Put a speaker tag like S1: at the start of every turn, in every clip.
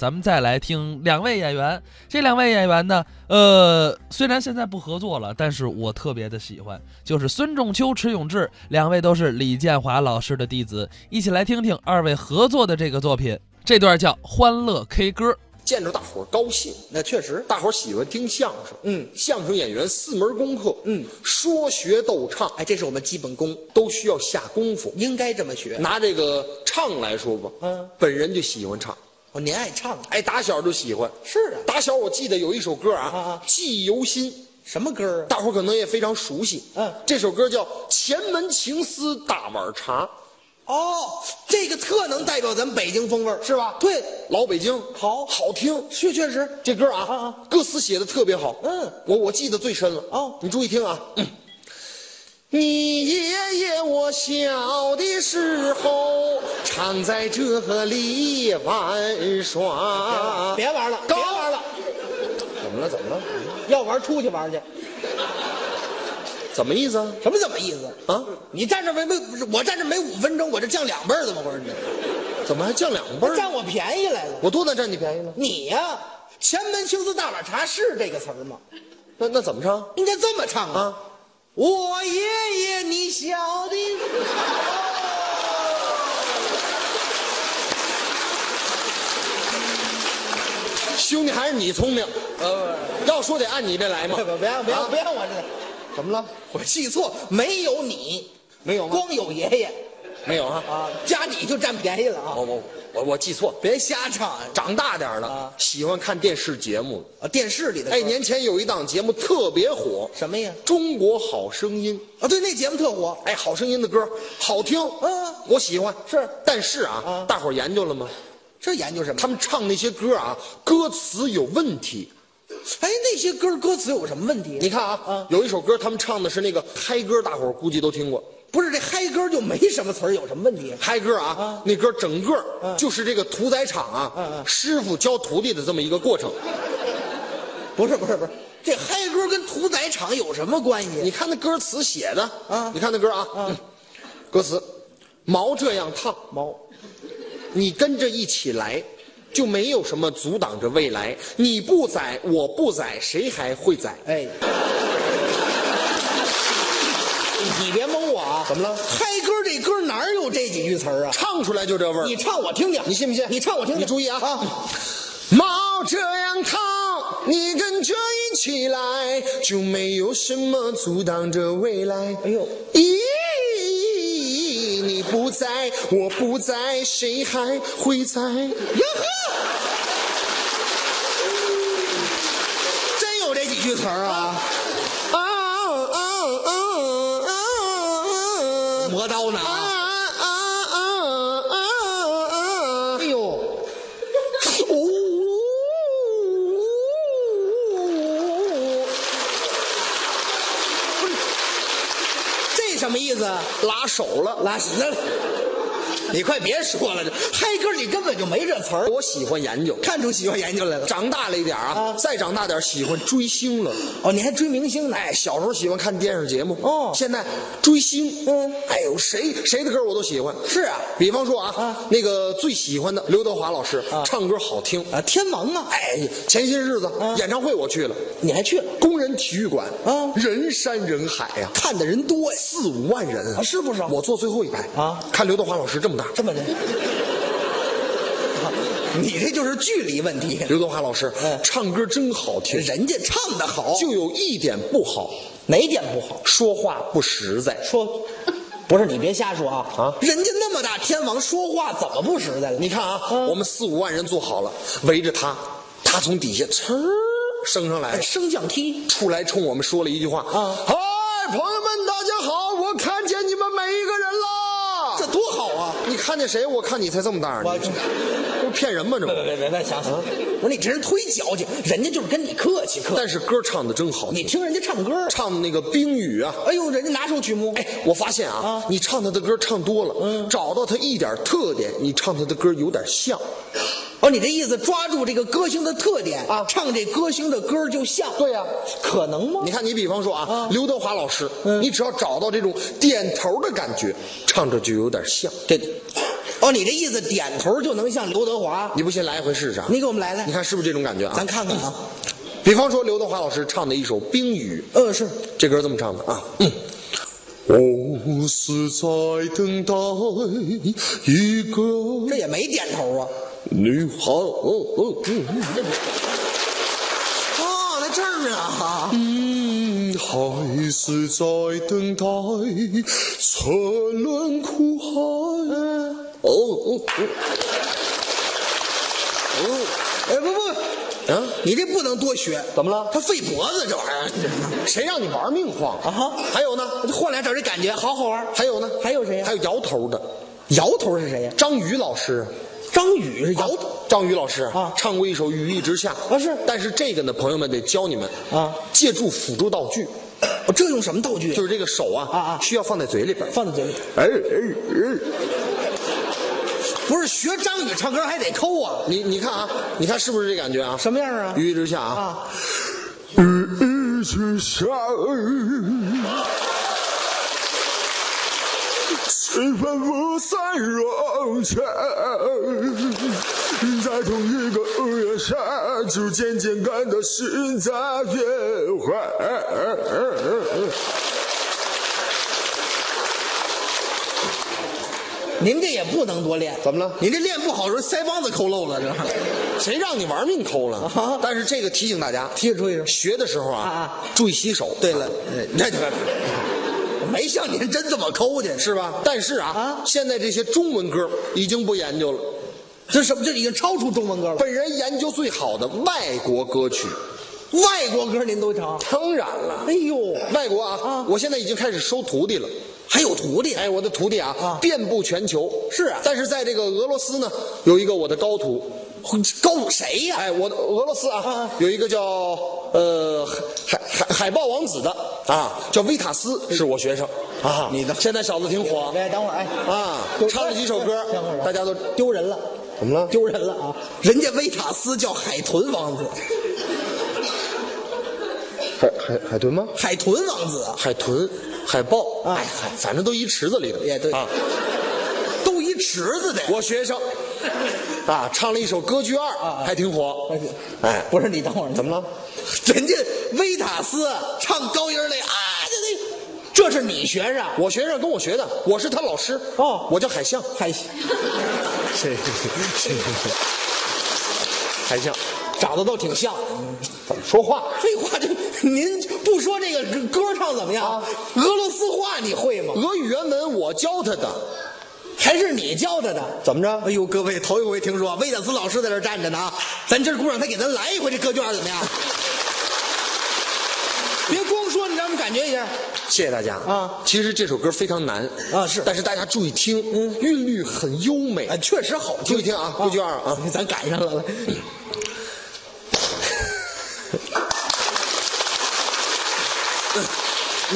S1: 咱们再来听两位演员。这两位演员呢，呃，虽然现在不合作了，但是我特别的喜欢，就是孙仲秋、迟永志两位都是李建华老师的弟子。一起来听听二位合作的这个作品，这段叫《欢乐 K 歌》。
S2: 见着大伙儿高兴，
S3: 那确实，
S2: 大伙儿喜欢听相声。
S3: 嗯，
S2: 相声演员四门功课，
S3: 嗯，
S2: 说学逗唱
S3: 哎，这是我们基本功，
S2: 都需要下功夫。
S3: 应该这么学。
S2: 拿这个唱来说吧，
S3: 嗯，
S2: 本人就喜欢唱，
S3: 哦，您爱唱啊？
S2: 哎，打小就喜欢。
S3: 是啊
S2: 打小我记得有一首歌啊，
S3: 啊啊
S2: 记忆犹新，
S3: 什么歌啊？
S2: 大伙儿可能也非常熟悉。
S3: 嗯
S2: 这首歌叫《前门情思大碗茶
S3: 哦，这个特能代表咱们北京风味儿，
S2: 是吧
S3: 对，》，
S2: 老北京，
S3: 好
S2: 好听。
S3: 确确实，
S2: 这歌啊，
S3: 啊啊
S2: 歌词写的特别好，
S3: 嗯，
S2: 我我记得最深了。
S3: 哦
S2: 你注意听啊，你爷爷我小的时候常在这里玩耍。
S3: 别玩了，别
S2: 啊高
S3: 玩了，
S2: 怎么了？怎么了？
S3: 要玩出去玩去。
S2: 怎么意思啊？
S3: 什么怎么意思？
S2: 啊，
S3: 你站这没没，我站这没五分钟，我这降两倍儿，怎么回事？你
S2: 怎么还降两辈儿呢？
S3: 占我便宜来了。
S2: 我多大占你便宜了？
S3: 你呀、前门青丝大碗茶是这个词儿吗？
S2: 那那怎么唱
S3: 应该这么唱啊！
S2: 啊？
S3: 我爷爷，你小的时候，
S2: 兄弟，还是你聪明。要说得按你这来嘛。
S3: 不不别别
S2: 啊
S3: 别让我这，
S2: 怎么了？
S3: 我记错，没有你，
S2: 没有吗
S3: 光有爷爷
S2: 没有啊。
S3: 啊，加你就占便宜了啊！
S2: 我我我我记错，
S3: 别瞎唱啊！
S2: 长大点儿了，
S3: 啊
S2: 喜欢看电视节目了。
S3: 啊电视里的 歌
S2: 哎，年前有一档节目特别火，
S3: 什么呀？
S2: 《中国好声音》。
S3: 啊，对，那节目特火，
S2: 哎，好声音的歌好听，
S3: 嗯
S2: 我喜欢。
S3: 是
S2: 但是啊，
S3: 啊
S2: 大伙儿研究了吗？
S3: 这研究什么？
S2: 他们唱那些歌啊，歌词有问题。
S3: 哎，那些歌歌词有什么问题？
S2: 你看啊，
S3: 啊
S2: 有一首歌他们唱的是那个嗨歌，大伙儿估计都听过。
S3: 不是这嗨歌就没什么词儿，有什么问题？
S2: 嗨歌啊，
S3: 啊
S2: 那歌整个就是这个屠宰场啊，
S3: 嗯嗯
S2: 师傅教徒弟的这么一个过程。
S3: 不是不是不是，这嗨歌跟屠宰场有什么关
S2: 你
S3: 系？
S2: 看那歌词写的
S3: 啊
S2: 你看那歌啊，嗯歌词，毛这样烫，
S3: 猫，
S2: 你跟着一起来，就没有什么阻挡着未来。你不宰，我不宰，谁还会宰？
S3: 哎， 你别蒙我啊！
S2: 怎么了
S3: 嗨歌这歌哪有这几句词儿啊？
S2: 唱出来就这味儿。
S3: 你唱我听听，
S2: 你信不信
S3: 你唱我听听，
S2: 你注意啊
S3: 啊！
S2: 毛这样烫，你跟着一起来，就没有什么阻挡着未来。
S3: 哎呦，
S2: 咦，你不在，我不在，谁还会在？
S3: 哟呵，真有这几句词儿啊！
S2: 啊啊啊啊啊！
S3: 磨刀呢
S2: 啊啊啊啊
S3: 啊！
S2: 啊啊！
S3: 哎呦，这什么意思？
S2: 拉手了，
S3: 拉屎了！你快别说了，这嗨歌里根本就没这词儿，
S2: 我喜欢研究。
S3: 看出喜欢研究来了。
S2: 长大了一点啊，
S3: 啊
S2: 再长大点喜欢追星了。
S3: 哦，你还追明星呢？
S2: 哎，小时候喜欢看电视节目，
S3: 哦
S2: 现在追星，
S3: 嗯
S2: 哎呦，谁谁的歌我都喜欢。
S3: 是啊，
S2: 比方说啊，
S3: 啊
S2: 那个最喜欢的刘德华老师，唱歌好听。
S3: 啊，天王啊！
S2: 哎，前些日子、
S3: 啊
S2: 演唱会我去了，
S3: 你还去了？
S2: 工人体育馆，
S3: 啊
S2: 人山人海呀、
S3: 看的人多呀，
S2: 四五万人
S3: 啊是不少
S2: 我坐最后一排
S3: 啊
S2: 看刘德华老师这么大，
S3: 这么的。你这就是距离问题，
S2: 刘德华老师、
S3: 嗯
S2: 唱歌真好听，
S3: 人家唱的好，
S2: 就有一点不好，
S3: 哪点不好？
S2: 说话不实在。
S3: 说，不是你别瞎说啊
S2: 啊
S3: 人家那么大天王说话怎么不实在了？
S2: 你看啊，我们四五万人坐好了，围着他，他从底下呲儿升上来
S3: 哎
S2: 了，
S3: 升降梯，
S2: 出来冲我们说了一句话
S3: 啊
S2: 嗨，朋友们，大家好，我看见你们每一个人啦。
S3: 这多好啊！
S2: 你看见谁？我看你才这么大呢，
S3: 我
S2: 你这不骗人吗？这 不。
S3: 别别别，想想，我说你这人忒矫情，人家就是跟你客气客气。
S2: 但是歌唱的真好
S3: 你
S2: 听，
S3: 听人家唱歌，
S2: 唱的那个《冰雨》啊，
S3: 哎呦，人家拿手曲目，哎，
S2: 我发现啊，嗯
S3: 啊
S2: 你唱他的歌唱多了，找到他一点特点，你唱他的歌有点像。
S3: 哦，你这意思抓住这个歌星的特点
S2: 啊
S3: 唱这歌星的歌就像，
S2: 对呀
S3: 可能吗
S2: 你？看，你比方说啊，
S3: 啊嗯
S2: 刘德华老师，你只要找到这种点头的感觉，唱着就有点像。
S3: 对，哦，你这意思点头就能像刘德华？
S2: 你不信，来一回试试啊。
S3: 你给我们来来
S2: 你，看是不是这种感觉啊
S3: 咱？看看啊。
S2: 比方说刘德华老师唱的一首《冰雨》，
S3: 嗯，是
S2: 这歌这么唱的啊，嗯。我是在等待一个
S3: 这也没点头啊。
S2: 女孩。哦哦嗯
S3: 哦，在这儿啊。
S2: 嗯，还是在等待车轮苦海。哦哦
S3: 哦，哎，不不，
S2: 哦，啊！
S3: 你这不能多学，
S2: 怎么了
S3: 他费脖子这玩意儿。
S2: 谁让你玩命晃
S3: 啊哈
S2: 还有呢？
S3: 换来找这感觉，好好玩。
S2: 还有呢？
S3: 还有谁呀
S2: 还有摇头的，
S3: 摇头是谁呀？
S2: 张宇老师，啊
S3: 张宇是摇
S2: 摇张宇老师
S3: 啊
S2: 唱过一首《雨一直下》
S3: 啊是
S2: 但是这个呢，朋友们得教你们
S3: 啊，
S2: 借助辅助道具，
S3: 哦这用什么道具
S2: 就？是这个手啊
S3: 啊啊
S2: 需要放在嘴里边。
S3: 放在嘴里。
S2: 哎哎哎！
S3: 不是学张宇唱歌还得抠啊？
S2: 你你看啊，你看是不是这感觉啊？
S3: 什么样啊？
S2: 雨一直下啊。
S3: 啊，
S2: 雨一直下，气氛不算融洽，在同一个屋檐下，就渐渐感到心在变化。
S3: 您这也不能多练。
S2: 怎么了
S3: 您这练不好的时候腮帮子抠漏了，这
S2: 谁让你玩命抠了？但是这个提醒大家，
S3: 提醒注意什么？
S2: 学的时候啊，
S3: 啊啊
S2: 注意洗手。
S3: 对了，哎这 这我没像您真这么抠去，
S2: 是吧？但是啊，
S3: 啊
S2: 现在这些中文歌已经不研究了。
S3: 这什么？这已经超出中文歌了。
S2: 本人研究最好的外国歌曲，
S3: 外国歌您都唱？
S2: 当然了，
S3: 哎呦，
S2: 外国啊，
S3: 啊
S2: 我现在已经开始收徒弟了。
S3: 还有徒弟，
S2: 哎，我的徒弟啊，
S3: 啊
S2: 遍布全球。
S3: 是啊
S2: 但是在这个俄罗斯呢，有一个我的高徒。
S3: 够谁呀？
S2: 哎，我的俄罗斯啊，
S3: 啊
S2: 有一个叫呃海海海豹王子的啊，叫维塔斯，是我学生啊。
S3: 你的
S2: 现在小子挺火哎
S3: 哎，等会儿，哎，
S2: 啊
S3: 有，
S2: 唱了几首歌
S3: 等会儿，啊
S2: 大家都
S3: 丢人了，
S2: 怎么了
S3: 丢人了啊！人家维塔斯叫海豚王子，
S2: 海海海豚吗？
S3: 海豚王子啊，
S2: 海豚、海豹，
S3: 啊
S2: 哎，嗨反正都一池子里的。
S3: 也对
S2: 啊，
S3: 都一池子的。
S2: 我学生啊，唱了一首《歌剧二》
S3: 啊
S2: 还挺火。哎，
S3: 不是你等会儿，
S2: 怎么了？
S3: 人家维塔斯唱高音儿那啊，这这，这是你学生？
S2: 我学生跟我学的，我是他老师。
S3: 哦
S2: 我叫海象，
S3: 还
S2: 海象，
S3: 长得都挺像。
S2: 怎么说话？
S3: 废话，这您不说这个歌歌唱怎么样？
S2: 啊
S3: 俄罗斯话你会吗？
S2: 俄语原文我教他的，
S3: 还是你教他的？
S2: 怎么着？
S3: 哎呦，各位，头一回听说魏塔斯老师在这儿站着呢啊！咱今儿姑让他给咱来一回这歌卷，怎么样？ 别光说，你让我们感觉一下。
S2: 谢谢大家
S3: 啊！
S2: 其实这首歌非常难
S3: 啊是
S2: 但是大家注意听，嗯，韵律很优美
S3: 哎，。确实好
S2: 注
S3: 听
S2: 意听啊，《歌剧二》啊，
S3: 咱赶上了。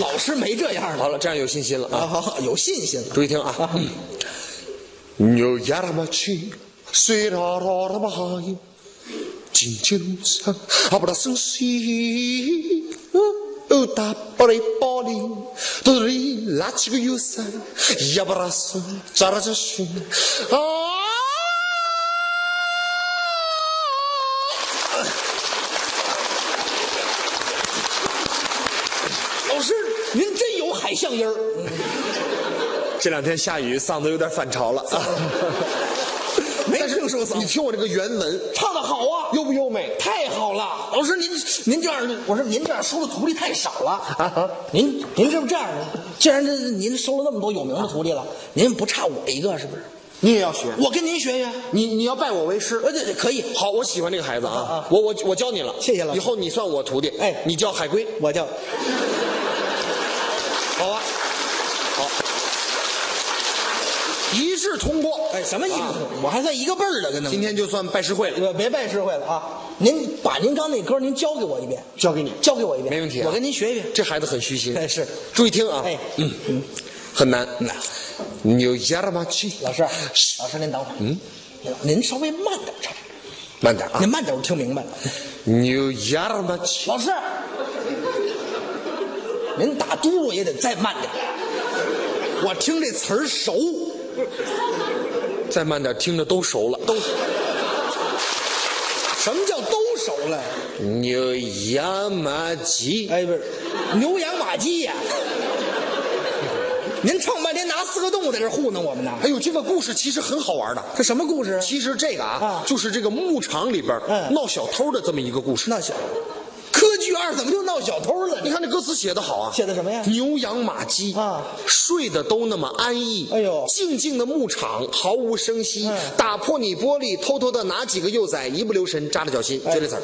S3: 老师没这样的
S2: 好了，这样有信心了
S3: 啊，
S2: 啊！
S3: 好好有信心了。
S2: 注意听啊。牛牙拉马去，虽拉拉拉马哈伊，金金路上阿布拉松西，哦达巴里巴里，多里拉起个油塞，亚布拉松扎拉扎逊，啊。
S3: 老师，您真有海象音儿。
S2: 这两天下雨，嗓子有点反潮了。
S3: 没听说
S2: 啊你听我这个原文，
S3: 唱的好啊，
S2: 优不优美？
S3: 太好了，老师您您这样，我说您这样收的徒弟太少了啊！您您是不是这样的？既然这您收了那么多有名的徒弟了，您不差我一个是不是？
S2: 你也要学？
S3: 我跟您学学，
S2: 你你要拜我为师？
S3: 呃，这这可以。
S2: 好，我喜欢这个孩子
S3: 啊
S2: 啊
S3: 啊！
S2: 我我我教你了，
S3: 谢谢老师
S2: 以后你算我徒弟，
S3: 哎
S2: 你叫海龟，
S3: 我 叫
S2: 好
S3: 啊
S2: 吧？好，一致通过。
S3: 哎什么意思？我还算一个辈儿的跟他
S2: 啊今
S3: 们。
S2: 天就算拜师会了，
S3: 别别拜师会了啊！您把您刚那歌您教给我一遍，
S2: 交给你。
S3: 教给我一遍，
S2: 没问题啊
S3: 我跟您学一遍。
S2: 这孩子很虚心，
S3: 哎是，
S2: 注意听啊，
S3: 哎，
S2: 很难。牛牙拉马去，
S3: 老师，老师您等会儿，嗯，您稍微慢点唱，
S2: 慢点啊
S3: 您。慢点，我听明白了。
S2: 牛牙拉马去，
S3: 老师，您打嘟噜也得再慢点，我听这词儿熟。
S2: 再慢点听着都熟了。
S3: 都熟。什么叫都熟了？
S2: 牛羊马鸡，
S3: 哎，不是，牛羊马鸡呀、您唱半天拿四个动物在这儿糊弄我们呢？
S2: 哎呦，这个故事其实很好玩的。
S3: 这什么故事？
S2: 其实这个啊
S3: 啊，
S2: 就是这个牧场里边
S3: 嗯
S2: 闹小偷的这么一个故事。
S3: 闹小，科举二怎么就闹小偷了？
S2: 你看这歌词写的好啊，
S3: 写的什么呀
S2: 牛羊马鸡
S3: 啊
S2: 睡得都那么安逸。
S3: 哎呦
S2: 静静的牧场毫无声息，
S3: 嗯
S2: 打破你玻璃，偷偷的拿几个幼崽，一不留神扎了脚
S3: 哎
S2: 心，就这词儿，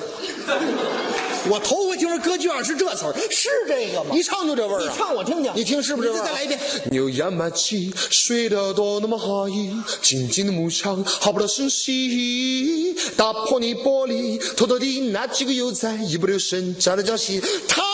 S3: 我头回听说歌剧二是这词儿，是这个吗？
S2: 一唱就这味儿
S3: 你
S2: 啊。
S3: 唱我听听，
S2: 你听是不是这
S3: 你
S2: 味儿啊
S3: 再来一遍。
S2: 牛羊马鸡睡得多那么安逸，静静的牧场毫不留声息，打破你玻璃，偷偷地拿几个幼崽，一不留神扎了脚心，他